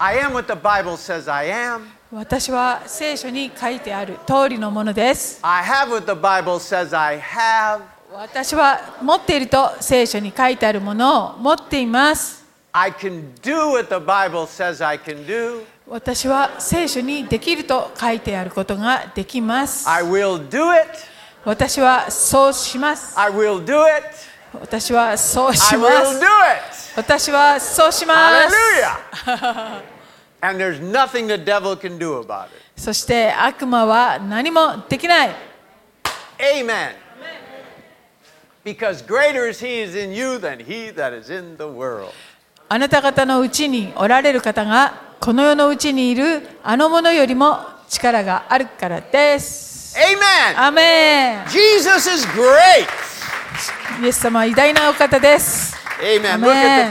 I am what the Bible says I am. 私は聖書に書いてある通りのものです I have what the Bible says I have. 私は持っていると聖書に書いてあるものを持っています I can do what the Bible says I can do. 私は聖書にできると書いてあることができます I will do it. 私はそうします I will do it. 私はそうし I ま will す do it. 私はそうします Hallelujah. and there's nothing the devil can do about it. そして悪魔は何もできない Amen. Because greater is he is in you than he that is in the world. あなた方のうちにおられる方がこの世のうちにいるあのものよりも力があるからです。 Amen. アーメ Jesus is great. ンイエス様は偉大なお方です。 Amen. ア Look メ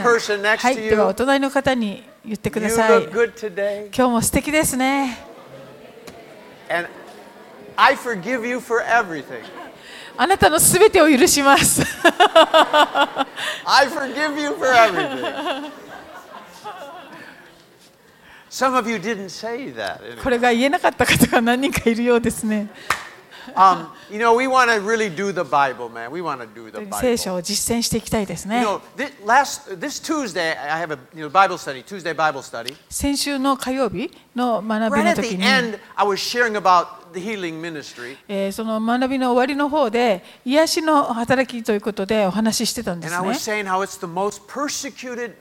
at ン the person next はい、 to ではお you. 隣の方に言ってくだ You さい。 look good today. 今日も素敵ですね。 And I forgive you for everything. あなたのすべてを許します。 I forgive you for everything. Some of you didn't say that. これが言えなかった方が何人かいるようですね。 Um, you know, we want to really do the Bible, man. We want to do the 聖 Bible. 書を実践していきたいです You ね。 know, this, last this Tuesday I have a you know, Bible study, Tuesday Bible study. 先週の火曜日の学び Right の at the 時に。 end, I was sharing about the healing ministry, えーその学びの終わりの方で癒しの働きということでお話ししてたんで and す I was。ね saying how it's the most persecuted.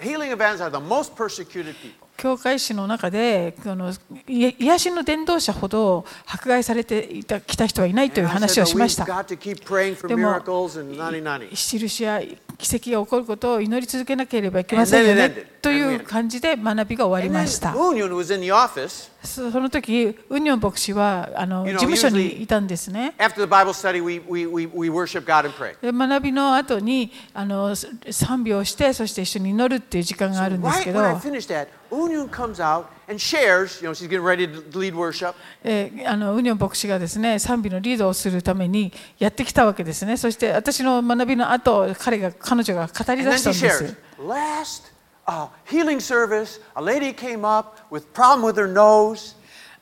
Healing events are the most persecuted people. 教会史の中でこのい癒しの伝道者ほど迫害されていた来た人はいないという And I 話を said, し "Well, ま we've した got to keep praying for でも miracles and nani nani. 印や奇跡が起こることを祈り続けなければいけません And よ then it ね ended. と And い we う ended. 感じで学びが終わり And then ました Union was in the office そその時ウンニョン牧師はあの You know, 事務所 usually- にいたんですね after the Bible study. We we we, we worship God and pray. で学びの後にあの賛美をしてそして一緒に祈るっていう時間があるんです Right け when ど I finished that, Union comes out and shares. You know, she's getting ready to lead worship. えーあのウニョン牧師がですね賛美のリードをするためにやってきたわけですねそして私の学びの後彼が彼女が語り And 出 then したん she で shares. す Last uh, healing service, a lady came up with problem with her nose.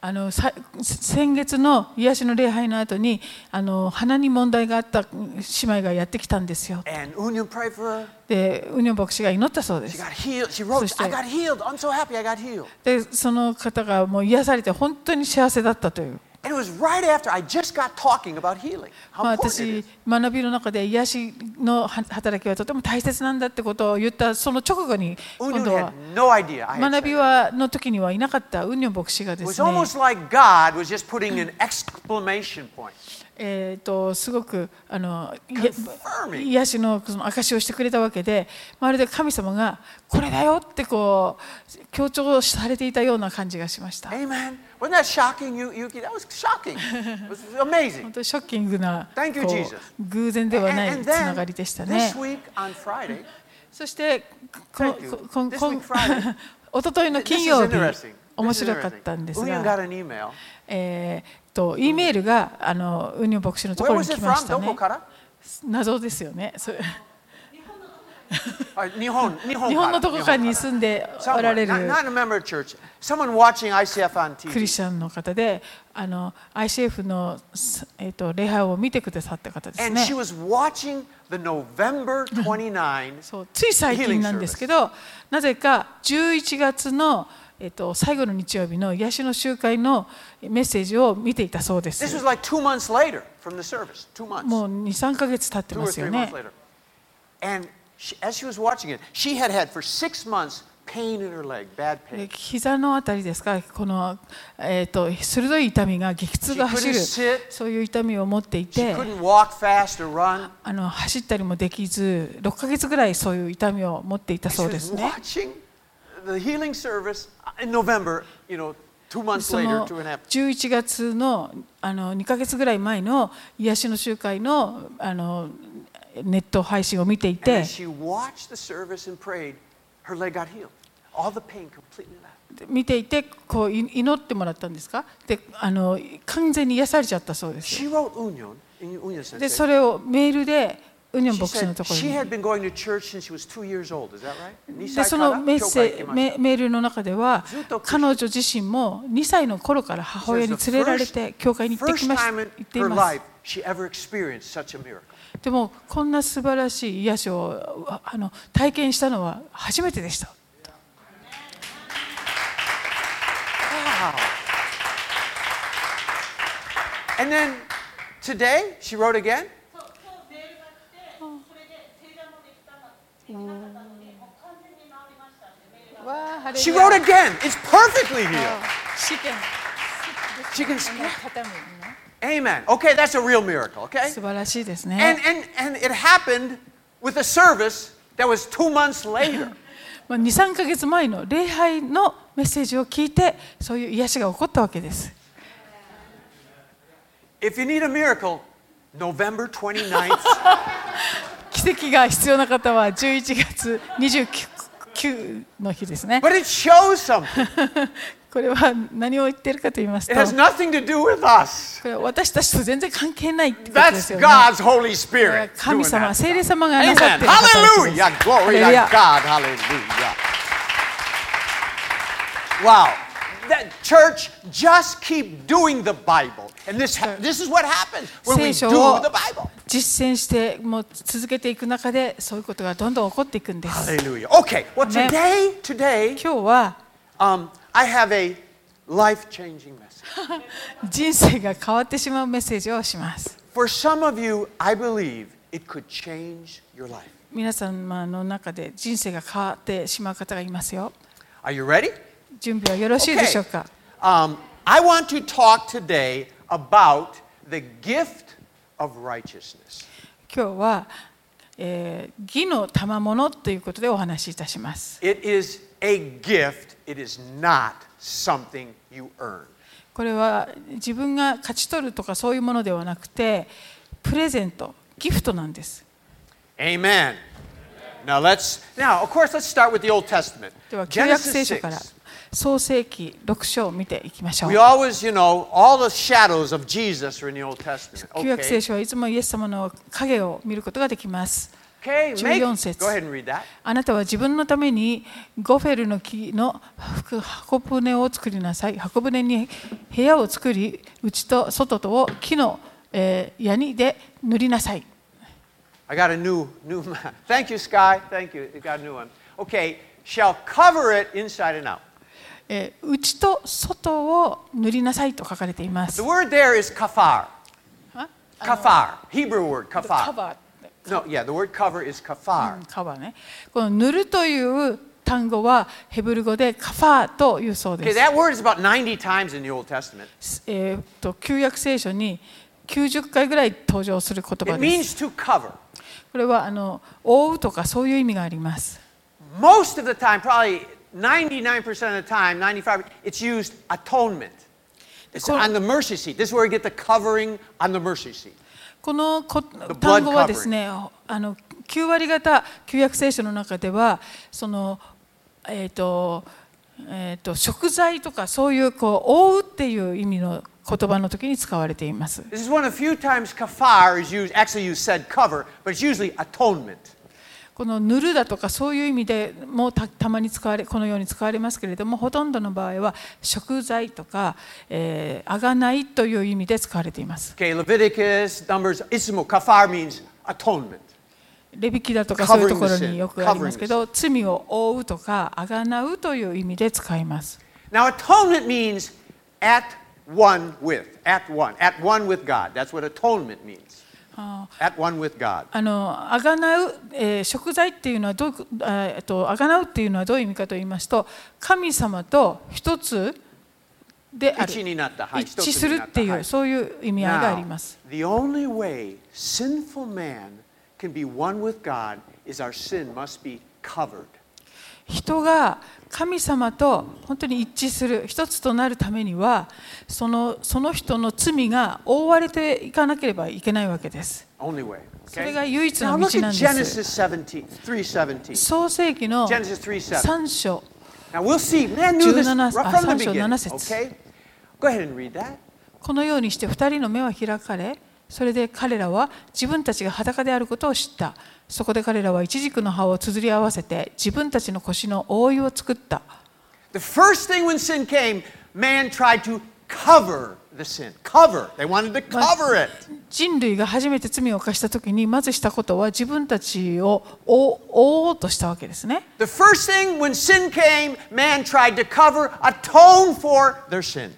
あのさ先月の癒しの礼拝の後にあの鼻に問題があったうん姉妹がやってきたんですよ And Union prayed for her. でウニョン牧師が祈ったそうで She す got healed. She wrote, So she- I got healed. I'm so happy I got healed. でその方がもう癒されて本当に幸せだったという、 And it was right after I just got talking about healing. ま How important あ、it 私 is. 学びの中で癒しの働きはとても大切なんだってことを言ったその直後に今 Union 度は had no idea. I had 学 said び it はの時にはいなかったウンニョン牧師がで was すね、 almost like God was just putting an exclamation point. えー、とすごくあのい Confirming. 癒しのその証しをしてくれたわけでまるで神様がこれだよってこう強調されていたような感じがしました Amen. Wasn't that shocking, you, Yuki? That was shocking. It was 本 amazing. 当にショッキングな Thank you, こう Jesus. 偶然で And, はないつ and ながりでした then this week ね on Friday, そしてこ Thank you. ここ This こ week Friday. おとといの this 金 is 曜日 interesting. 面白かったんです Union が got、an email. えー、と E メールがあのウンニョン牧師のとこ Where ろに was it 来ま from? したどねこ。から謎ですよね。それあ日本日本日本のどこかに住んでおられる Someone, not, not a member of church. Someone watching ICF on クリ TV. スチャンの方で、あの ICF のすえっと礼拝を見てくださった方です And ね she。was watching the November 29. そうつい最近なんですけど、なぜか11月のえっと最後の日曜日の癒しの集会のメッセージを見ていたそうで This was す。 like two months later from the service. Two months. もう2、3ヶ月経って two ま or す three よ months ね。 later. And she, as she was watching it, she had had for six months pain in her leg, bad で pain. 膝のあたりですか、この、えっと鋭い痛みが激痛が走る She couldn't sit.、そういう痛みを持ってい She て。 couldn't walk fast or run. あの走ったりもできず6ヶ月ぐらいそういう痛みを持っていた She そうです was ね watching the healing service in November, you know, two months そ later, の two and a half. 11月のあの2ヶ月ぐらい前の癒しの集会のあのネット配信を見てい And て as she watched the service and prayed, her leg got healed. All the pain completely left. 見ていてこうい祈ってもらったんですかであの完全に癒されちゃったそうです She wrote Union, in Union で Sensei, それをメールでウニョン She 牧師の said ところ she に had been going to church since she was two years old. Is that right? でそのメッ2歳から教セ会行きました。メメールの中ではずっと彼女自身も2歳の頃から母親に連れられて教会に行って First きまし time 行 in ってい her ます life she ever experienced such a miracle. でもこんな素晴らしい癒しをああの体験したのは初めてでした Wow. And then today she wrote again. そう今日メールが来て、それで正座もできたのできなかったので、もう完全に回りましたんでメールが。 She wrote again. It's perfectly here. 試験 She can. Amen. Okay, that's a real miracle. Okay. 素晴らしいですね And and and it happened with a service that was two months later. まあ、23ヶ月前の礼拝のメッセージを聞いてそういう癒しが起こったわけです If you need a miracle, November 29th. 奇跡が必要な方は11月29の日ですね but it shows something. これは何を言ってるかと言います It has と nothing to do with us. これは私たちと全然関係ないってことで That's すよねこ God's Holy れは Spirit. 神 doing 様 that. 聖霊様がなさっ Amen. ている働きです Hallelujah. Glory ハレル to ヤ God. Hallelujah. Wow. That church, just keep doing the Bible. And this, ha- this is what happens when we 聖 do 書を the Bible. 実践してもう続けていく中でそういうことがどんどん起こっていくんです Hallelujah. Okay. Well, Amen. today, today, 今日は um, I have a life-changing message. 人生が変わってしまうメッセージをします For some of you, I believe it could change your life. 皆様の中で人生が変わってしまう方がいますよ Are you ready? 準備はよろしいでしょうか、 Um, I want to talk today about the gift of righteousness. 今日は、えー義の賜物ということでお話しいたします It is a gift. It is not something you earn. これは自分が勝ち取るとかそういうものではなくてプレゼントギフトなんです Amen. Now let's now of course let's start with the Old Testament. では旧約 Genesis 聖書から 6. 創世記6章を見ていきましょう We always, you know, all the shadows of Jesus are in the Old Testament. 旧約聖 Okay. 書はいつもイエス様の影を見ることができます。 Okay, make, Julian says. go ahead and read that. あなたは自分のためにゴフェルの木の服箱舟を作りなさい。箱舟に部屋を作り、内と外とを木の、えー、槍で塗りなさい。 I got a new new Thank you, Sky. Thank you. You got a new one. Okay, shall cover it inside and out. えー内と外を塗りなさいと書かれています The。word there is kafar. あ Kafar. Hebrew word カ kafar. バ No, yeah, the word cover is kafar. ー、カバーね。この塗るという単語はヘブル語でカファーというそう Okay, です。 that word is about 90 times in the Old Testament. えーっと旧約聖書に90回ぐらい登場する言 It 葉です。 means to cover. これはあの覆うとかそういう意味があります。 Most of the time, probably 99% of the time, 95, it's used atonement. It's Cool. on the mercy seat. This is where you get the covering on the mercy seat. このこ blood 単語はですね、あの9割方旧約聖書の中ではそのえーっ、とえーっ、と食材とかそういうこう覆うっていう意味の言葉の時に使われています。 This is one of the few times kafar is used, actually you said cover, but it's usually atonement. この塗るだとかそういう意味でもたたまに使われこのように使われますけれどもほとんどの場合は食材とか、えー、あがないという意味で使われています Okay, Leviticus, Numbers, Ismo, kafar means atonement. レビキだとか Covering そういうところ the sin. によくありますけど罪を覆うとかあがなうという意味で使います Now, atonement means at one with, at one, at one with God. That's what atonement means. At one with God. あのあがなう、えー食材っていうのはどういうあーえっとあがなうっていうのはどういう意味かと言いますと神様と一つである一になったはい一致するっ一つてになっいたはういそういう意味合いがあります the only way sinful man can be one with God is our sin must be covered. 人が神様と本当に一致する一つとなるためにはそのその人の罪が覆われていかなければいけないわけです Only way. それが唯一の Now look 道なんです。 at Genesis 17, 317. 創世紀の Genesis 3:7 3章 Now we'll see. Man knew this 17 right from the あ、3章、7 beginning. 節。 Okay? Go ahead and read that. このようにして二人の目は開かれそれで彼らは自分たちが裸であることを知ったそこで彼らはイチジクの葉をつづり合わせて自分たちの腰の覆いを作った The first thing when sin came, man tried to cover the sin. Cover. They wanted to cover it. 人類が初めて罪を犯した時にまずしたことは自分たちを覆覆おうとしたわけですね The first thing when sin came, man tried to cover, atone for their sin.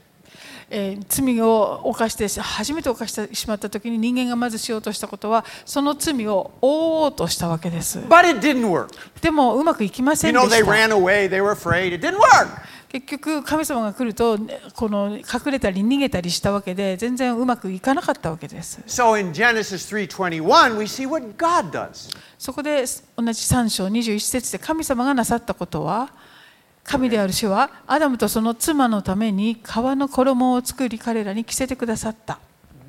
えー罪を犯して初めて犯してしまった時に人間がまずしようとしたことはその罪を覆おうとしたわけです But it didn't work. でもうまくいきませ You んで know, they した ran away, they were afraid. It didn't work. 結局神様が来るとねこの隠れたり逃げたりしたわけで全然うまくいかなかったわけです So in Genesis 3:21, we see what God does. そこで同じ3章21節で神様がなさったことは神である主はアダムとその妻のために革の衣を作り彼らに着せてくださった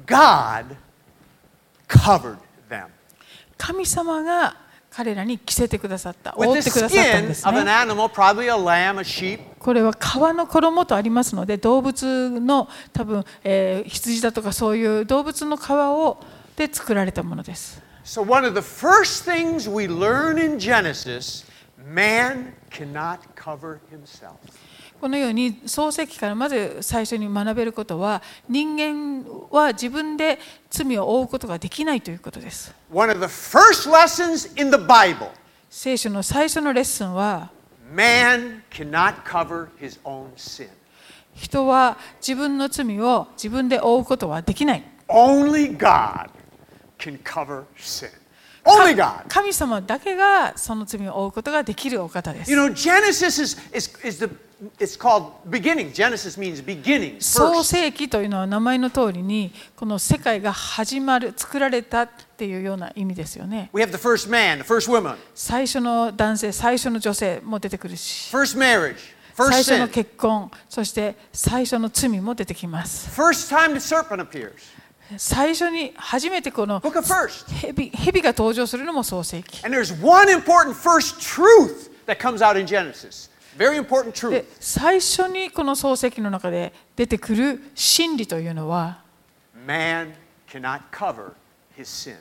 God covered them 神様が彼らに着せてくださった覆 with っ the てくださったん skin です of an ね animal, probably a lamb, a sheep. これは革の衣とありますので動物の多分、えー羊だとかそういう動物の皮をで作られたものです So one of the first things we learn in Genesis, man cannot cover himself. このように創世記からまず最初に学べることは人間は自分で罪を負うことができないということです One of the first lessons in the Bible, 聖書の最初のレッスンは man cannot cover his own sin. 人は自分の罪を自分で負うことはできない Only God can cover sin. Only God. 神様だけがその罪を負うことができるお方です You know, Genesis is, is, is the, it's called beginning. Genesis means beginning, 創 first. 世記というのは名前の通りにこの世界が始まる作られたっていうような意味ですよね We have the first man, the first woman, 最初の男性最初の女性も出てくるし first marriage, 最 first 初の sin, 結婚そして最初の罪も出てきます first time the serpent appears. 最初に初めてこの Book of First. 蛇蛇が登場するのも創世記 And there's one important first truth that comes out in Genesis. Very important で truth. 最初にこの創世記の中で出てくる真理というのは Man cannot cover his sin.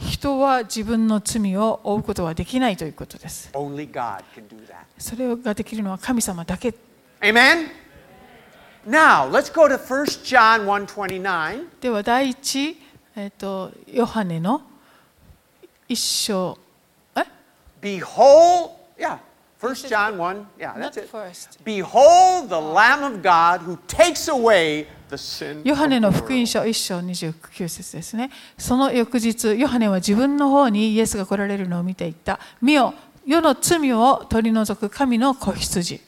人は自分の罪を負うことはできないということです Only God can do that. それができるのは神様だけ Amen? Now, let's go to 1 John 1.29. では第一、えっとヨハネの一章え Behold, yeah, 1 John 1, yeah, Not that's it. first. Behold the Lamb of God who takes away the sin ヨハネの of the 福音 world. 書1章29節ですねその翌日ヨハネは自分の方にイエスが来られるのを見ていった見よ世の罪を取り除く神の子羊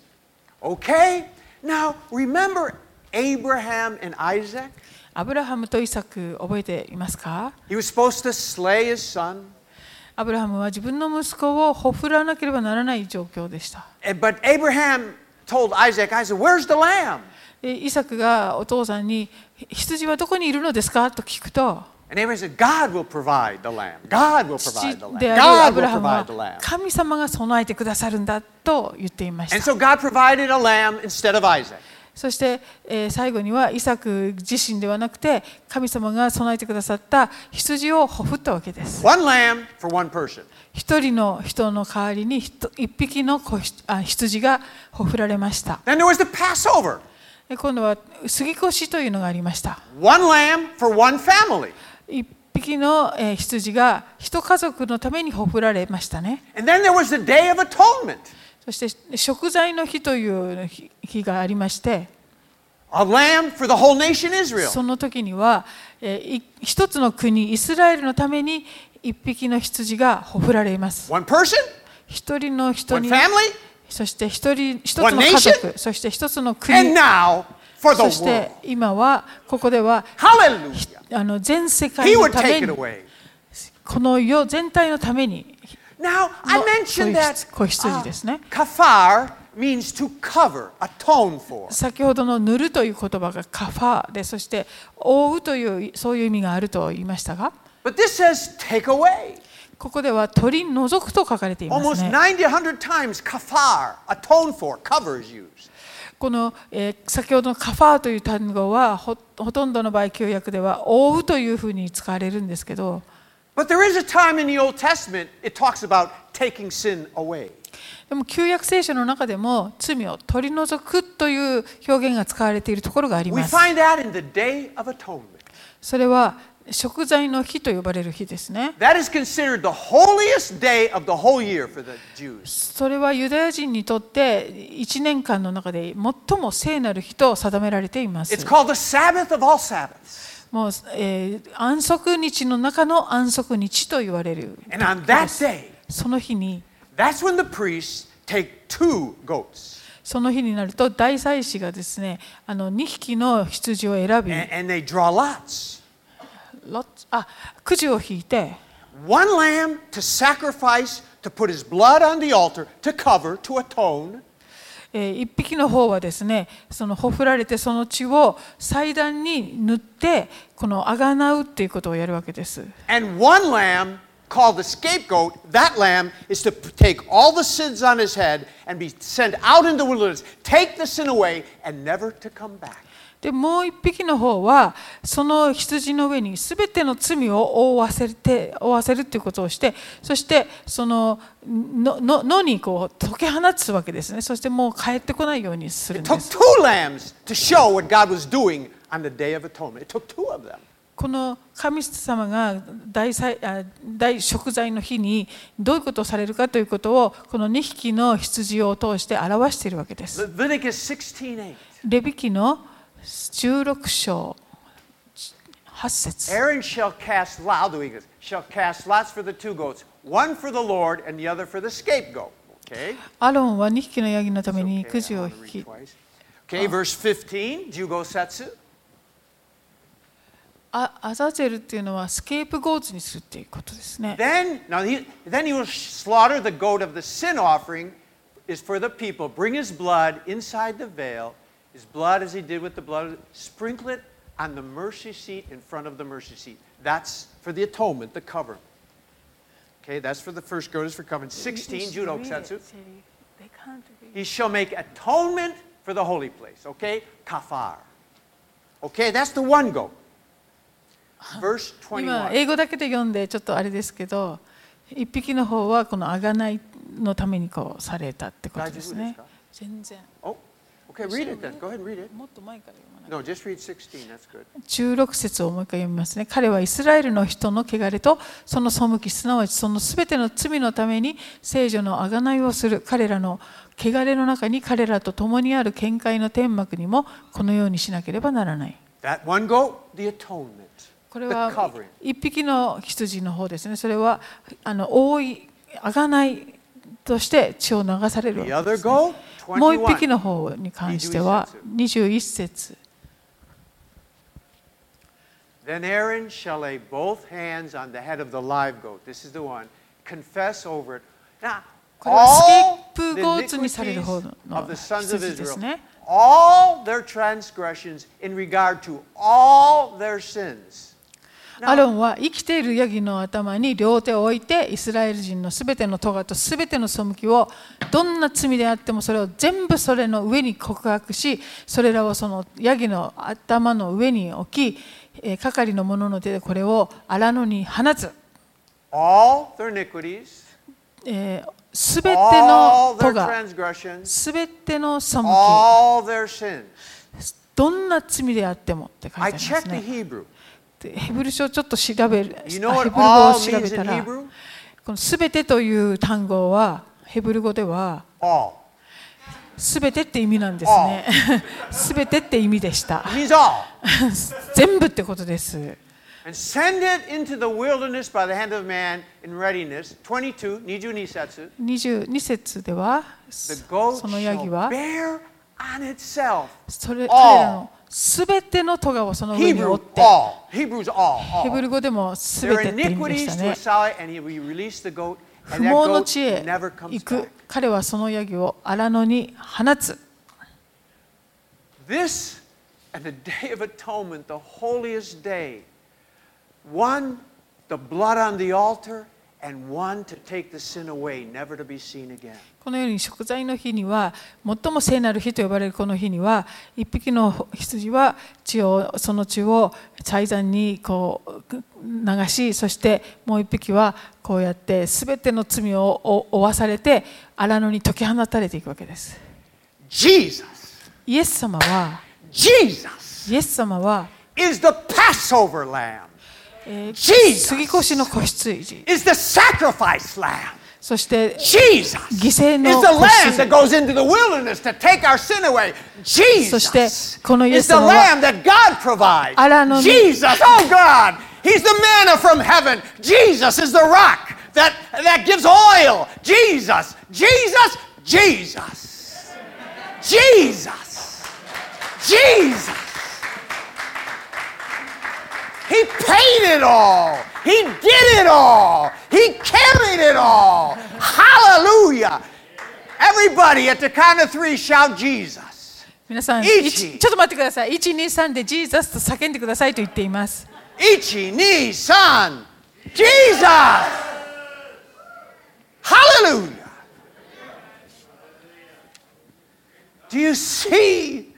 Okay? Now, remember Abraham and Isaac? アブラハムとイサク覚えていますか He was supposed to slay his son. アブラハムは自分の息子をほふらなければならない状況でした。 Eh, But Abraham told Isaac, Isaac, where's the lamb? でイサクがお父さんに「羊はどこにいるのですか?」と聞くと And Abraham said, God will provide the lamb. God will 父 provide the lamb. であるア God ブ will ラハム provide the lamb. は神様が備えてくださるんだと言っていま And した so God provided a lamb instead of Isaac. そして、えー最後にはイサク自身ではなくて神様が備えてくださった羊をほふったわけです One lamb for one person. 一人の人の代わりにひと一匹の子ひあ羊がほふられました Then there was the Passover. で今度は杉越というのがありました One lamb for one family. 一匹のえー羊が一家族のためにほふられましたね And then there was the Day of Atonement. そして食材の日という日日がありまして A lamb for the whole nation Israel. その時にはえーい一つの国イスラエルのために一匹の羊がほふられます One person, 一人の人 one に family, そして一人一つ One の家 nation? 族そして一つの and 国 now for the そして world. 今はここでは Hallelujah. あの全世 He 界の would ため take に it away. この世全体のために Now, I の mentioned 子 that 羊子羊ですね kafar means to cover, atone for. 先ほどの塗るという言葉がカファーでそして覆うというそういう意味があると言いましたが But this says take away. ここでは取り除くと書かれていま Almost すね 90, 100 times kafar, atone for, cover is used. この、えー先ほどのカファーという単語はほほとんどの場合旧約では覆うというふうに使われるんですけど But there is a time in the Old Testament it talks about taking sin away. でも旧約聖書の中でも罪を取り除くという表現が使われているところがあり We ます。 find that in the Day of Atonement. それは食材の日と呼ばれる日ですね。 That is considered the holiest day of the whole year for the Jews. それはユダヤ人にとって1年間の中で最も聖なる日と定められています It's。called the Sabbath of all Sabbaths. もう、えー安息日の中の安息日と言われる And on that day, その日に that's when the priests take two goats その日になると大祭司がですねあの2匹の羊を選び and, and they draw lots. ロッあくじを引いて One lamb to sacrifice, to put his blood on the altar, to cover, to atone. え1匹の方はですねそのほふられてその血を祭壇に塗ってこのあがなうっていうことをやるわけです And one lamb called the scapegoat, that lamb is to p- take all the sins on his head and be sent out into the wilderness, take the sin away, and never to come back. でもう1匹の方はその羊の上に全ての罪を覆わせて覆わせるっていうことをしてそしてそののの野にこう溶け放つわけですねそしてもう帰ってこないようにする It ん took です two lambs to show what God was doing on the Day of Atonement. It took two of them. この神様が大祭あ大食材の日にどういうことをされるかということをこの2匹の羊を通して表しているわけです Leviticus 16:8. レビキの16章8節 Aaron shall cast lots, I'll do English, shall cast lots for the two goats, one for the Lord and the other for the scapegoat. Okay? アロンは2匹のヤギのために Okay, くじ I を wanna read 引き twice. Uh, okay verse 15, Jugosetsu. あアザゼルっていうのはスケープゴーツにするっていうことですね Then, now he, then he will slaughter the goat of the sin offering is for the people. Bring his blood inside the veil, his blood as he did with the blood, sprinkle it on the mercy seat in front of the mercy seat. That's for the atonement, the covering. Okay, that's for the first goat is for covering. 16, Judo Setsu. He shall make atonement for the holy place. Okay, kafar. Okay, that's the one goat. Verse 今 21. 英語だけで読んでちょっとあれですけど1匹の方はこのあがないのためにこうされたってことですね大丈夫で全然 Oh, okay, read it then. Go ahead and read it. もっと前から読まない No, just read 16. That's good. 16節をもう一回読みますね。彼はイスラエルの人の汚れとその背き、すなわちそのすべての罪のために聖女の贖いをする彼らの汚れの中に彼らと共にある見解の天幕にもこのようにしなければならない。 That one goat, the atonement, これ the は covering. 一匹の羊の方ですね。それはあの覆い、贖いとして血を流されるわ The け other です、ね。 goat, もう一匹 21. の方に関しては21節。 Then Aaron shall lay both hands on the head of the live goat. This is the one. Confess over it. Now, これはス all ケ the ープゴーツにされる方 iniquities の of the sons of 羊です Israel, ね。 all their transgressions in regard to all their sins. アロンは生きているヤギの頭に両手を置いてイスラエル人のすべての咎とすべての背きをどんな罪であってもそれを全部それの上に告白しそれらをそのヤギの頭の上に置き、えー係の者の手でこれを荒野に放つ All their iniquities, すべ、全 all ての their 咎 transgressions, すべての背き all their sins. どんな罪であってもって書 I いてありま checked す the ね Hebrew. でヘブル書をちょっと調べる You ヘブ know ル what 語を all 調べ means た in ら Hebrew? このすべてという単語はヘブル語では All. すべてって意味なんですね。 すべてって意味でした。 It means all. 全部ってことです。 And send it into the wilderness by the hand of man in readiness. 22, Niju Nisetsu. 22節では The そ goat そのヤギ shall は bear on itself. それ all 彼らのすべての咎をその上に Hebrew, 負って all. Hebrews, all. ヘブ all. ル語でもす Their べてって意味で iniquities した to ね。 Asai, and he will release the goat. 不 And that 毛の地 goat へ never comes 行く back. 彼はそのヤギを荒野に放つ。 This and the Day of Atonement, the holiest day, one, the blood on the altar, and one to take the sin away, never to be seen again. このように食材の日には最も聖なる日と呼ばれるこの日には一匹の羊は血をその血を祭壇にこう流しそしてもう一匹はこうやって全ての罪をお負わされて荒野に解き放たれていくわけです Jesus, イエス様は Jesus イエス様は、 is the Passover lamb, えー Jesus 杉越の子羊 is the sacrifice lamb. そして、 Jesus is the 犠牲の lamb 子羊。 that goes into the wilderness to take our sin away. そして Jesus このイエ is ス the 様は lamb that God provides. 荒野に- Jesus, oh God, He's the manna from heaven. Jesus is the rock that, that gives oil. Jesus, Jesus, Jesus. Jesus, Jesus. He paid it all. He did it all. He carried it all. Hallelujah. Everybody at the count of three shout Jesus. 皆さん一一ちょっと待ってください123でジーザスと叫んでくださいと言っています Ichi ni san. Jesus. Hallelujah. Do you see?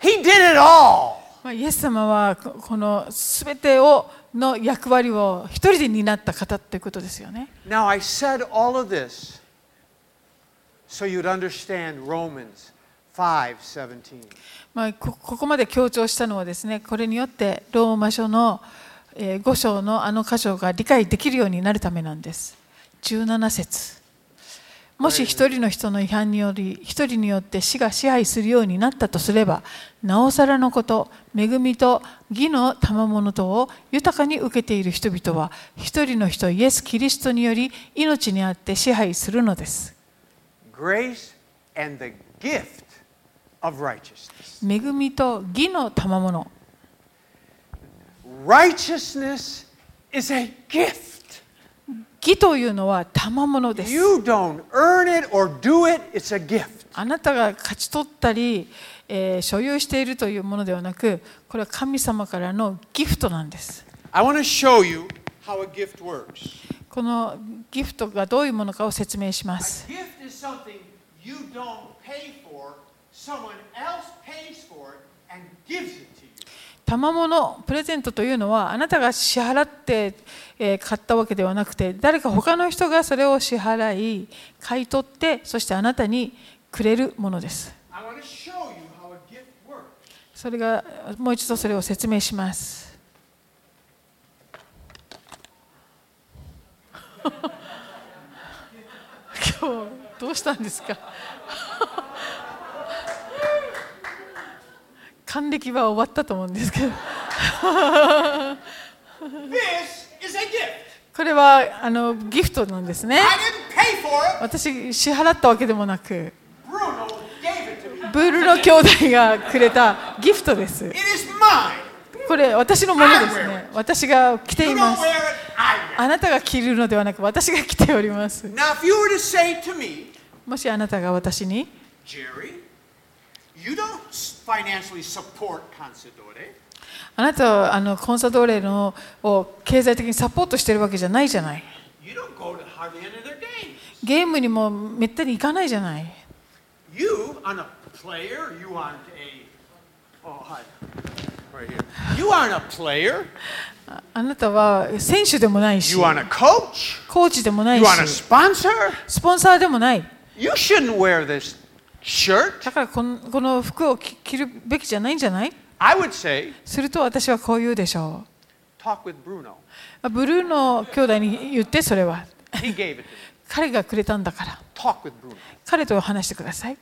He did it all. まあ、イエス様はここの全てをの役割を一人で担った方ということですよね。 Now, I said all of this so you'd understand Romans 5 17. まあ、こここまで強調したのはですねこれによってローマ書の、え5章のあの箇所が理解できるようになるためなんです。17節もし一人の人の違反により一人によって死が支配するようになったとすればなおさらのこと恵みと義の賜物とを豊かに受けている人々は一人の人イエス・キリストにより命にあって支配するのです Grace and the gift of righteousness. 恵みと義の賜物 Righteousness is a gift. 義というのは賜物です You don't earn it or do it, it's a gift. あなたが勝ち取ったり、えー所有しているというものではなくこれは神様からのギフトなんです I want to show you how a gift works. このギフトがどういうものかを説明します A gift is something you don't pay for, someone else pays for it and gives it to you. 賜物プレゼントというのはあなたが支払って、えー買ったわけではなくて誰か他の人がそれを支払い買い取ってそしてあなたにくれるものです I want to show you how a gift works. それがもう一度それを説明します 今日どうしたんですか 還暦は終わったと思うんですけど This is a gift. これはあのギフトなんですね I didn't pay for it. 私支払ったわけでもなく Bruno gave it to me. ブールの兄弟がくれたギフトです It is mine. これ私のものですね私が着て You いま don't す wear it, I wear あなたが着るのではなく私が着ております it. Now, if you were to say to me, もしあなたが私に Jerry, you don't s- financially support Considore. あなたはあのコンサドーレのを経済的にサポートしてるわけじゃないじゃない You don't go to hardly any of their games. ゲームにもめったに行かないじゃない You aren't a player. You aren't a. Oh, hi. Right here. You aren't a player. ああなたは選手でもないし You aren't a coach. コーチでもない You aren't a し sponsor. スポンサーでもない You shouldn't wear this shirt. だからこのこの服を着着るべきじゃないんじゃない I would say すると私はこう言うでしょ talk with Bruno. うブルーの兄弟に言ってそれは He gave it to me. 彼がくれたんだから Talk with Bruno. 彼と話してください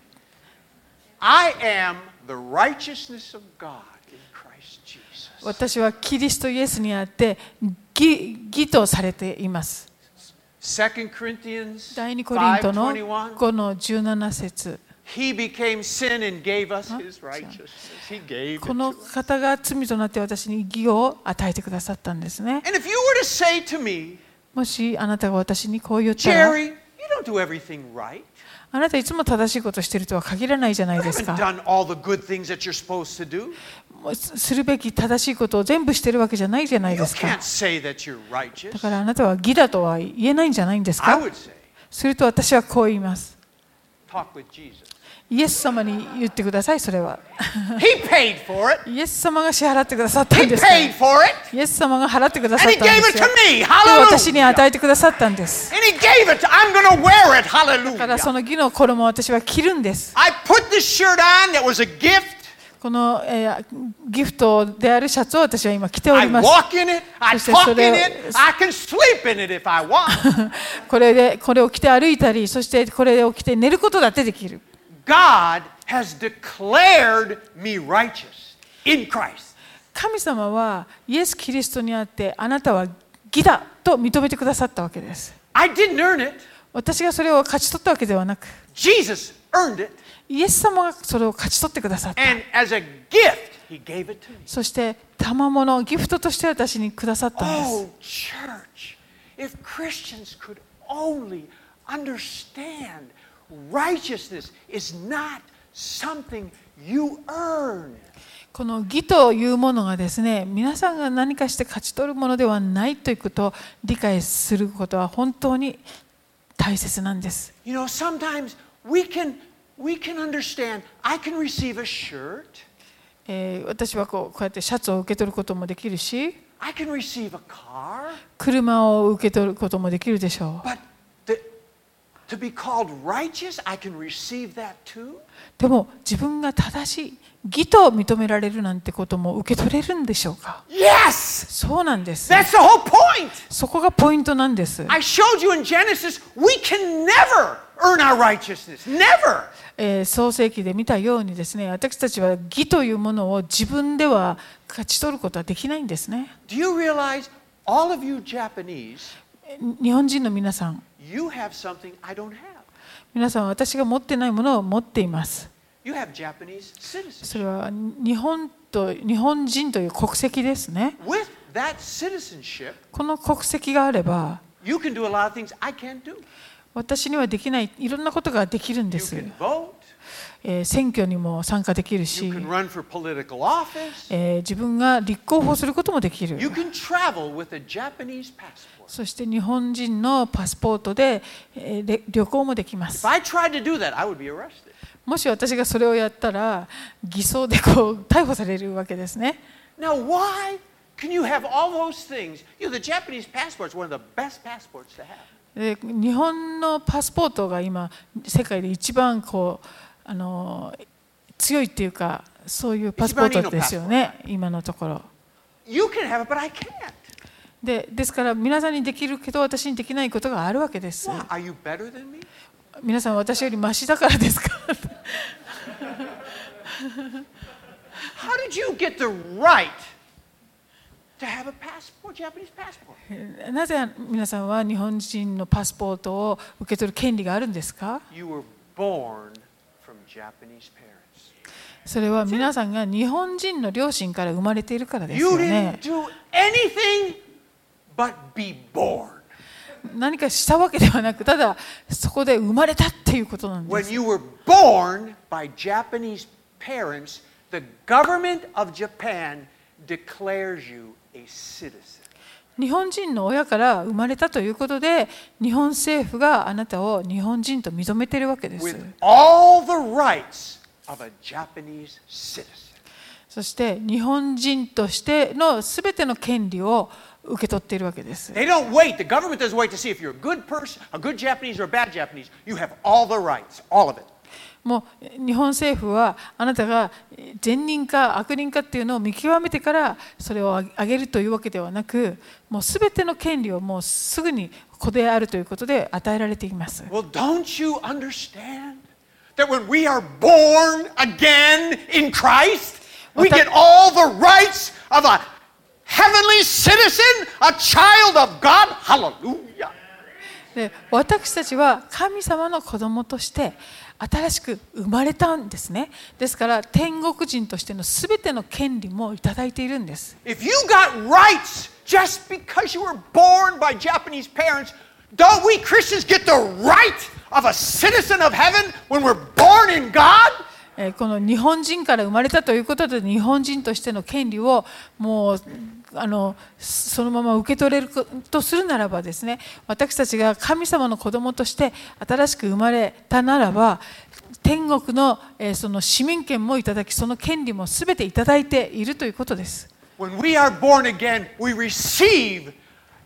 I am the righteousness of God in Christ Jesus. 私はキリストイエスにあって義義とされています。 2 Corinthians 第2コリントの 5:21. 5の17節 He became sin and gave us his sorry. righteousness. He gave it こ to の us. 方が罪となって私に義を与えてくださったんですね。 And if you were to say to me, もしあなたが私にこう言ったら Jerry, you don't do everything right. あなたいつも正しいことしてるとは限らないじゃない You です haven't か。 done all the good things that you're supposed to do. すするべき正しいことを全部してるわけじゃないじゃない You ですか can't。say that you're だ righteous. からあなたは義だとは言えないんじゃないんです I か would say, すると私はこう言います。 talk with Jesus. イエス様に言ってください、それは。 He paid for it. イエス様が支払ってくださったん He ですから。 paid イ for it. エス様が払ってくださ And っ he たん gave で it すよ to。me. で私に Hallelujah. 与えてくださったんです。 And he gave it to, I'm going to wear it. だからそ Hallelujah. の義の衣を私は着るんです。 I put this shirt on that was a gift. この、えーギフトであるシャツを私は今着ており I ます。 walk in it. I そして talk そ in れを it. I can sleep in it if I want. これでこれを着て歩いたり、そしてこれを着て寝ることだってできる。 God has declared me righteous in Christ. 神様はイエス・キリストにあってあなたは義だと認めてくださったわけです。 I didn't earn it. 私がそれを勝ち取ったわけではなく、 Jesus earned it. イエス様がそれを勝ち取ってくださった。 And as a gift, he gave it to me. そして賜物ギフトとして私にくださったんです。 Oh, church, if Christians could only understand righteousness is not something you earn. この義というものがですね皆さんが何かして勝ち取るものではないということを理解することは本当に大切なんです You know, sometimes we can we can understand I can receive a shirt, えー私はこうこうやってシャツを受け取ることもできるし I can receive a car, 車を受け取ることもできるでしょう but the, to be called righteous, I can receive that too. でも自分が正しい義と認められるなんてことも受け取れるんでしょうか Yes! そうなんです That's the whole point. そこがポイントなんです I showed you in Genesis, we can never earn our righteousness. Never. えー創世記で見たようにですね私たちは義というものを自分では勝ち取ることはできないんですね Do you realize all of you Japanese, え日本人の皆さん you have something I don't have? 皆さんは私が持ってないものを持っています You have Japanese citizenship. それは日本と日本人という国籍ですね With that citizenship, この国籍があれば you can do a lot of things I can't do. 私にはできないいろんなことができるんで You す can、vote, えー選挙にも参加できる you し、 can run for political office, えー自分が立候補することもできる you can travel with a Japanese passport. そして日本人のパスポートで、えーれ旅行もできま If す I tried to do that, I would be arrested. もし私がそれをやったら偽装でこう逮捕されるわけですね Now, why can you have all those things? You know, the Japanese passport is one of the best passports to have. で日本のパスポートが今世界で一番こうあの強いっていうかそういうパスポートですよね今のところ You can have it, but I can't. でですから皆さんにできるけど私にできないことがあるわけです Why? Are you better than me? 皆さん私よりマシだからですか How did you get the right to have a passport, Japanese passport? なぜ皆さんは日本人のパスポートを受け取る権利があるんですか You were born from Japanese parents. それは皆さんが日本人の両親から生まれているからです You よね didn't do anything but be born. 何かしたわけではなくただそこで生まれたっていうことなんで When す you were born by Japanese parents, the government of Japan declares you a citizen. 日本人の親から生まれたということで日本政府があなたを日本人と認めているわけです with all the rights of a Japanese citizen. そして日本人としてのすべての権利を受け取っているわけです They don't wait. The government doesn't wait to see if you're a good person, a good Japanese, or a bad Japanese. You have all the rights, all of it. もう日本政府はあなたが善人か悪人かっていうのを見極めてからそれをああげるというわけではなくもうすべての権利をもうすぐに子であるということで与えられています Well, don't you understand that when we are born again in Christ, we Well, get that- all the rights of a heavenly citizen, a child of God? Hallelujah. で私たちは神様の子供として新しく生まれたんですねですから天国人としてのすべての権利もいただいているんです If you got rights just because you were born by Japanese parents, don't we Christians get the right of a citizen of heaven when we're born in God? ええーこの日本人から生まれたということで日本人としての権利をもうあのそのまま受け取れるとするならばですね私たちが神様の子供として新しく生まれたならば天国の,、えーその市民権もいただきその権利も全ていただいているということです。 When we are born again, we receive.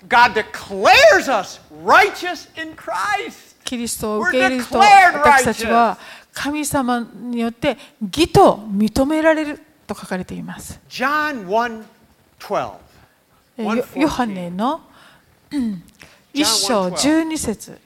God declares us righteous in Christ. キリストを受け入れると私たちは神様によって義と認められると書かれています。 John 1 12. えヨヨハネの1章12節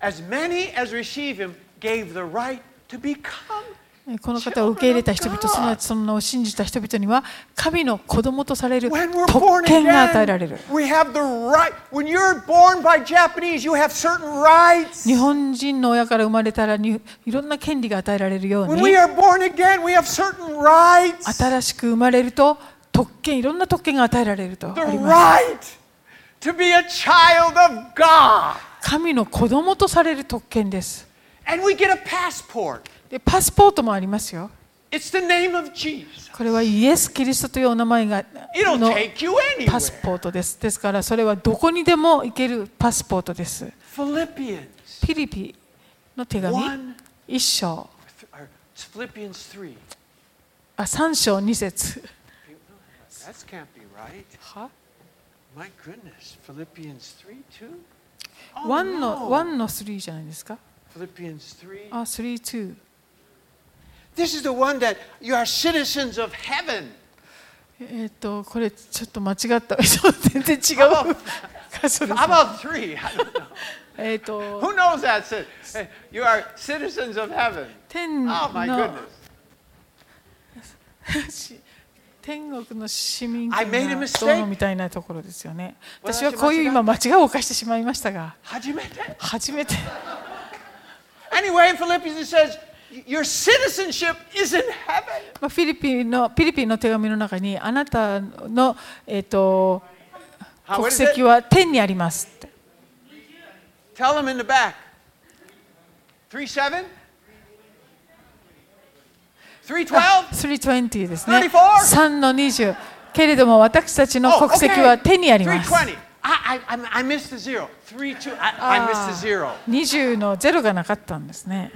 As many as receive him gave the right to become. えこの方を受け入れた人々、すなわちその名を信じた人々には、神の子供とされる When we're 特 born 権が与えられ again, る。 we have the right. When you're born by Japanese, you have certain rights. 日本人の親から生まれたらにいろんな権利が与えられるよう When we に、 are born again, we have certain rights. 新しく生まれると特権、いろんな特権が与えられると The あります。 right to be a child of God. 神の子供とされる特権です。 And we get a passport. でパスポートもありますよ。 It's the name of Jesus. これはイエス・キリストというお名前が It'll の take you パス anywhere. ポートです。ですからそれはどこにでも行けるパスポートです。 Philippians フィリピの手紙 One. 1章 or it's Philippians 3. あ3章2節 That can't be right. は My goodness. Philippians 3 2? 1の1の3じゃないですか Philippians 3. あ32 This is the one that you are citizens of heaven. えーっとこれちょっと間違ったそう全然違う箇所です How about 3? I don't know. えーっ と Who knows that? Sid? Hey, You are citizens of heaven. 天 Oh, my の goodness. し天国の市民 I made a 権が mistake. どうのみたいなところですよね。私私はこういう間違今間違いを犯してしまいましたが、 How'd you make that? 初めて Anyway, in Philippians it says, your citizenship is in heaven. まあフィリピンのフィリピンの手紙の中にあなたのえっ、と How 国 is it? 籍は天にありますって。 Tell them in the back. 3 7? 312? 320ですね。 34 3の20。けれども私たち Oh, の国籍は天にあります。 320. I, I, I- I missed the zero. 3 2. I, Ah. I missed the zero. 20のゼロがなかったんですね。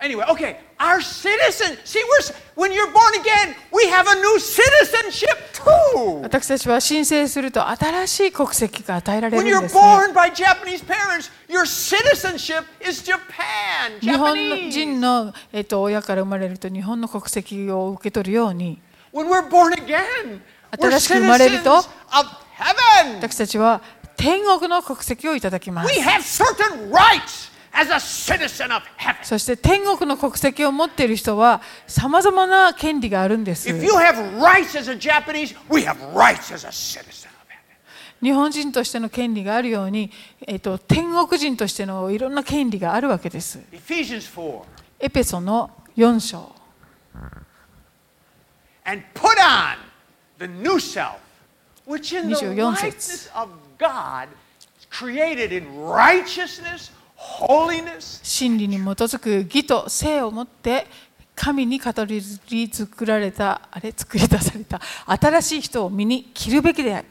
Anyway, okay. Our citizen. See, we're, s- when you're born again, we have a new citizenship too. 私たちは申請すると新しい国籍が与えられる When ん you're です、ね。 born by Japanese parents, your citizenship is Japan. 日本 Japanese. 人の、えっと親から生まれると日本の国籍を受け取るように When we're born again, we're 新しく生まれる citizens と of heaven. 私たちは天国の国籍をいただきます We have certain rights as a citizen of heaven. そして天国の国籍を持っている人はさまざまな権利があるんです If you have rights as a Japanese, we have rights as a citizen of heaven. 日本人としての権利があるように、えっと天国人としてのいろんな権利があるわけです Ephesians 4. エペソの4章 And put on the new self, which in the 24節。 likeness of God is created in righteousness, holiness, 真理に基づく義と性をもって神に語り作られたあれ作り出された新しい人を身に着るべきである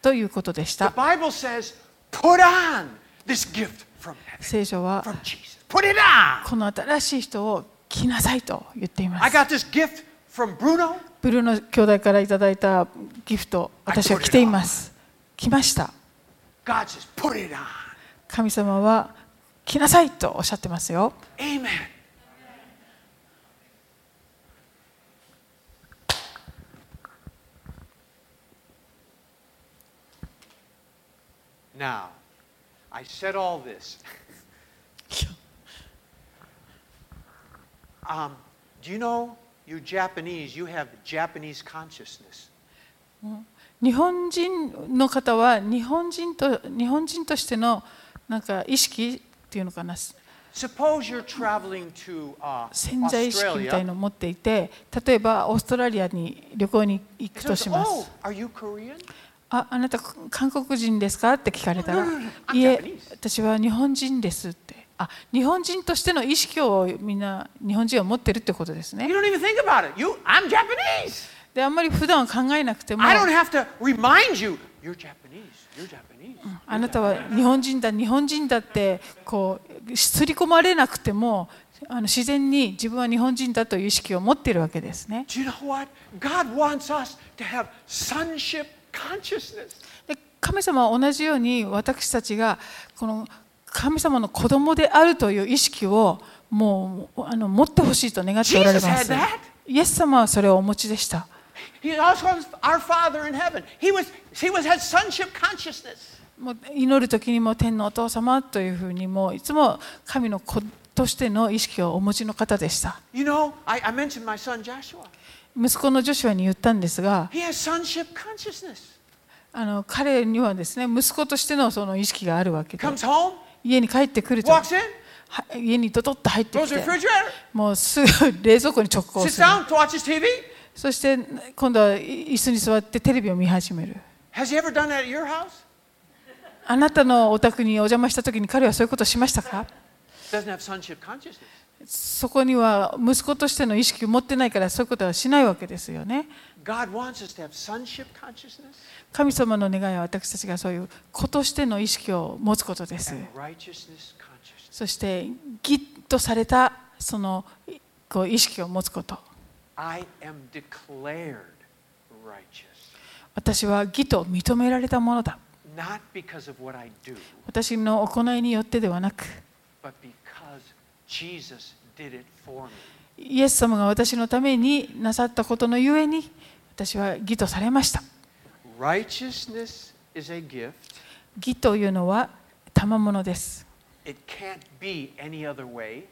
ということでし The た Bible says, put on this gift from heaven, 聖書は from Jesus. Put it on. この新しい人を着なさいと言っていま I す got this gift from Bruno. ブルーの兄弟からいただいたギフト私は着ています着ました God says, put it on. 神様は着なさいとおっしゃってますよ Amen. Now, I said all this. Um, do you know, you Japanese, you have Japanese consciousness. 日本人の方は日本人と日本人としてのなんか意識っていうのかな Suppose you're traveling to uh, 潜在意識みたい Australia. のを持っていて例えばオーストラリアに旅行に行く So と it's, します oh,。are you Korean? ああなた韓国人ですかって聞かれたらうんうんうん「いえ I'm Japanese. 私は日本人です」ってあ日本人としての意識をみんな日本人は持ってるってことです You ね don't even think about it. You, I'm Japanese. であんまり普段は考えなくても I don't あ have to remind you, you're Japanese. You're Japanese. なたは日本人だ日本人だってこうすり込まれなくてもあの自然に自分は日本人だという意識を持っているわけですね Do you know what? God wants us to have sonship consciousness. で神様は同じように私たちがこの神様の子供であるという意識をもうあの持ってほしいと願っておられま Jesus す had that. イエス様はそれをお持ちでした He also is our Father in heaven. He was he was had sonship consciousness. もう祈る時にも天のお父様というふうにもういつも神の子としての意識をお持ちの方でした You know, I, I mentioned my son Joshua. 息子のジョシュアに言ったんですが He has sonship consciousness. あの彼にはですね息子としてのその意識があるわけで Comes home, 家に帰ってくると walks in, は家にドドッと入って goes き to the て refrigerator, もうすぐ冷蔵庫に直行 sits する down, watches TV. そして今度はい椅子に座ってテレビを見始める Has he ever done that at your house? あなたのお宅にお邪魔した時に彼はそういうことをしましたか Doesn't have sonship consciousness. そこには息子としての意識を持ってないからそういうことはしないわけですよね God wants us to have sonship consciousness 神様の願いは私たちがそういう子としての意識を持つことです and righteousness consciousness. そしてギッとされたそのこう意識を持つこと I am declared righteous, 私は義と認められたものだ not because of what I do, 私の行いによってではなく but because Jesus did it for me. イエス様が私のためになさったことのゆえに私は義とされました Righteousness is a gift. 義というのは賜物です It can't be any other way.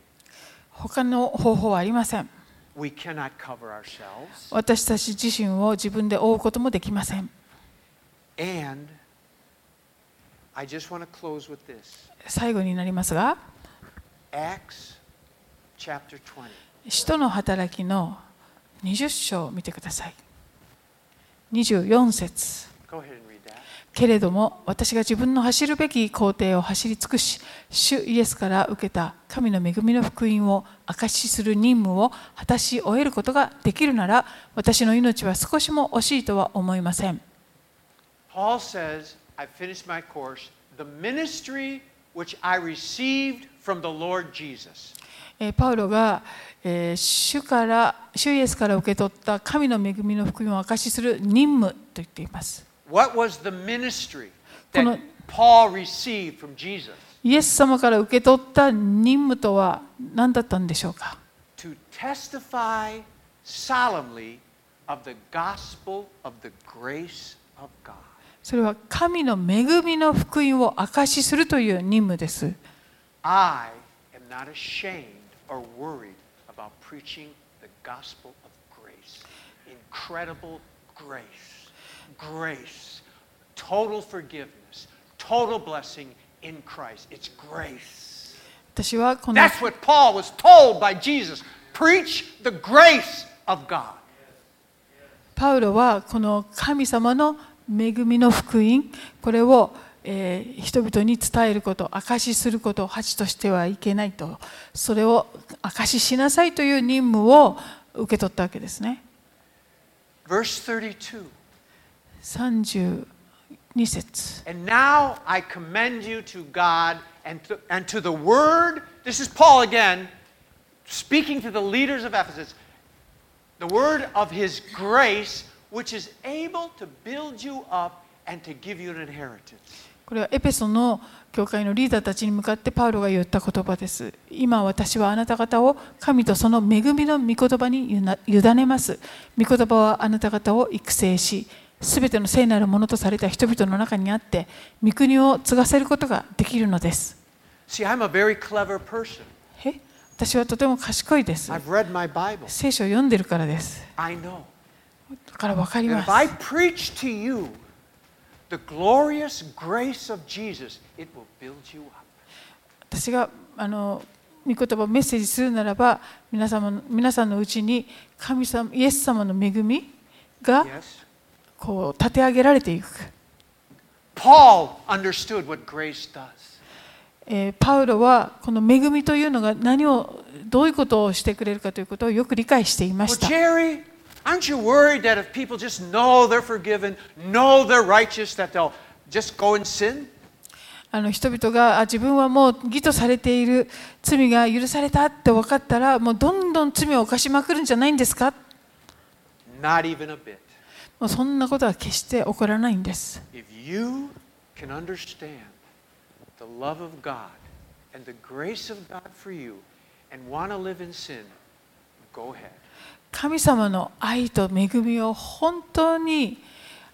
他の方法はありません We cannot cover ourselves. 私たち自身を自分で覆うこともできません And I just want to close with this 最後になりますが Acts chapter 20. 使徒の働きの20章を見てください24節 Go ahead and read that. けれども私が自分の走るべき工程を走り尽くし主イエスから受けた神の恵みの福音を証しする任務を果たし終えることができるなら私の命は少しも惜しいとは思いません Paul says, I finished my course, the ministry which I received from the Lord Jesus. えーパウロが、えー主から主イエスから受け取った神の恵みの福音を証しする任務と言っています What was the ministry that この- Paul received from Jesus? イエス様から受け取った任務とは何だったんでしょうか To testify solemnly of the gospel of the grace of God. それは神の恵みの福音を証しするという任務です I am not ashamed or worried about preaching the gospel of grace. Incredible grace. Grace. Total forgiveness. Total blessing in Christ. It's grace. 私はこの That's what Paul was told by Jesus. Preach the grace of God. パウロはこの神様の恵みの福音これを、えー人々に伝えること証しすることを恥としてはいけないとそれを証ししなさいという任務を受け取ったわけですね Verse 32. 32節 And now I commend you to God and to, and to the word. This is Paul again speaking to the leaders of Ephesus. The word of his grace, which is able to build you up and to give you an inheritance. これはエペソの教会のリーダーたちに向かってパウロが言った言葉です。今私はあなた方を神とその恵みの御言葉にゆな委ねます。御言葉はあなた方を育成し、すべての聖なるものとされた人々の中にあって、御国を継がせることができるのです。 See, I'm a very clever person. え私はとても賢いです。 I've read my Bible. 聖書を読んでるからです。 I know. だから分かり And ま if I す。 preach to you the glorious grace of Jesus, it will build you up. 私があの御言葉をメッセージするならば皆様の皆さんのうちに神様イエス様の恵みが Yes? こう立て上げられていく Paul understood what grace does. えーパウロはこの恵みというのが何をどういうことをしてくれるかということをよく理解していま Well, した。 Jerry, aren't you worried that if people just know they're forgiven, know they're righteous, that they'll just go and sin? あの人々があ自分はもう義とされている罪が許されたって分かったらもうどんどん罪を犯しまくるんじゃないんですか Not even a bit. もうそんなことは決して起こらないんです。 If you can understand the love of God and the grace of God for you and want to live in sin, go ahead. 神様の愛と恵みを本当に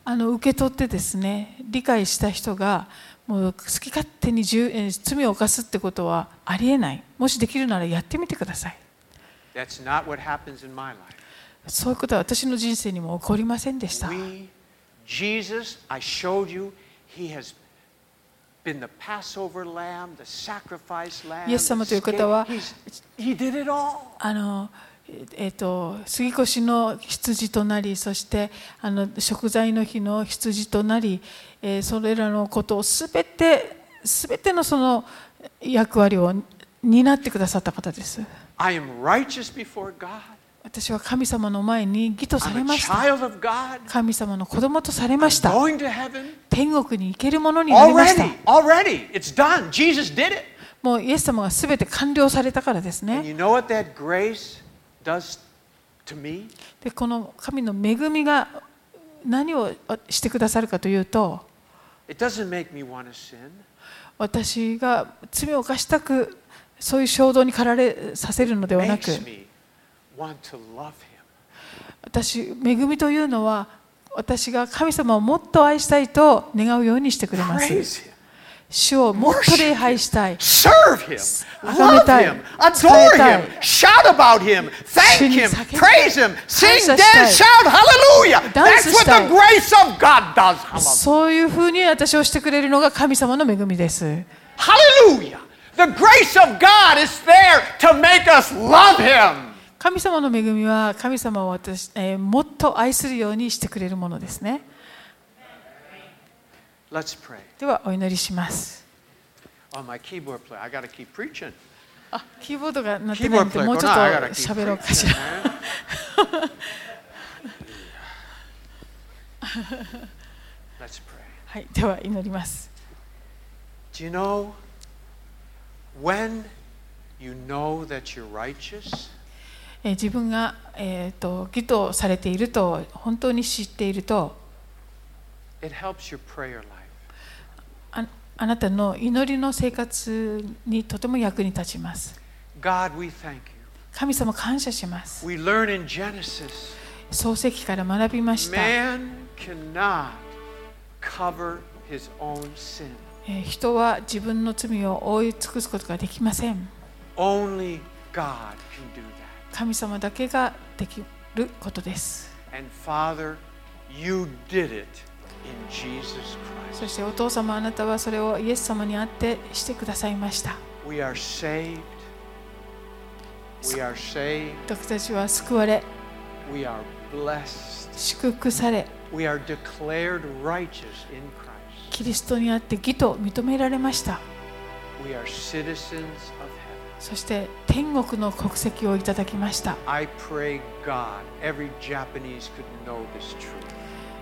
あの受け取ってですね理解した人がもう好き勝手に自由えー罪を犯すってことはありえないもしできるならやってみてください That's not what happens in my life. そういうことは私の人生にも起こりませんでした We, Jesus, I showed you, he has been the Passover lamb, the sacrifice lamb. イエス the 様という方は scape- He's- he did it all. あのええーと杉越の羊となりそしてあの食材の日の羊となり、えーそれらのことをすべてすべてのその役割を担ってくださった方です I am righteous before God. 私は神様の前に義とされ I'm ま a した child of God. 神様の子供とされま I'm した going to heaven. 天国に行けるものになりました Already, already, it's done. Jesus did it. もうイエス様がすべて完了されたからですね And you know what that grace does to me? でこの神の恵みが何をしてくださるかというと It doesn't make me want to sin. 私が罪を犯したくそういう衝動に駆られさせるので It はなく makes me want to love Him. 私恵みというのは私が神様をもっと愛したいと願うようにしてくれます Praise Him. 主をもっと礼拝したい Serve Him. Love 崇めたい。 Him. Adore Him. 仕えたい。 Shout about Him. Thank 主に Him. 叫びたい。 Praise Him. Sing, 感謝したい。 dance, shout. Hallelujah. That's what the ダンスした grace い。of God does. Hallelujah. そういうふうに私をしてくれるのが神様の恵みです Hallelujah. The grace of God is there to make us love Him. 神様の恵みは神様を私、えーもっと愛するようにしてくれるものですね Let's pray. ではお祈りします Oh, my keyboard player. I got to keep preaching. あキーボードが鳴ってない Keyboard ので player. もう going ちょっ on. と I got to keep 喋ろうかし preaching, ら man. Let's pray. はい、では祈ります。 Do you know when you know that you're righteous? えー自分が、えー、と義とされていると本当に知っていると It helps your prayer life. ああなたの祈りの生活にとても役に立ちます。 God, we thank you. 神様感謝します。 We learn in Genesis 創世記から学びました。え man cannot cover his own sin. ー人は自分の罪を覆い尽くすことができません。 Only God can do that. 神様だけができることです。 And Father, you did it in Jesus そ Christ. してお父様あなたはそれをイエス様にあってしてくださいました。 We are saved. We are saved. 私たちは救われ、 We are blessed. 祝福され、 We are declared righteous in Christ. キリストにあって義と認められました。 We are citizens of heaven. そして天国の国籍をいただきました。 I pray, God, every Japanese could know this truth.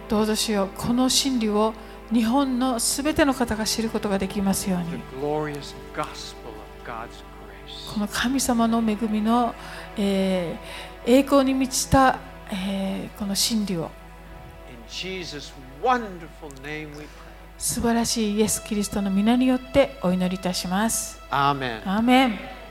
どうぞしよう、この真理を日本のすべての方が知ることができますよう The に、 glorious gospel of God's grace. この神様の恵みの、えー栄光に満ちた、えーこの真理を、 In Jesus' wonderful name we pray. 素晴らしいイエス・キリストの皆によってお祈りいたします。 Amen. アーメン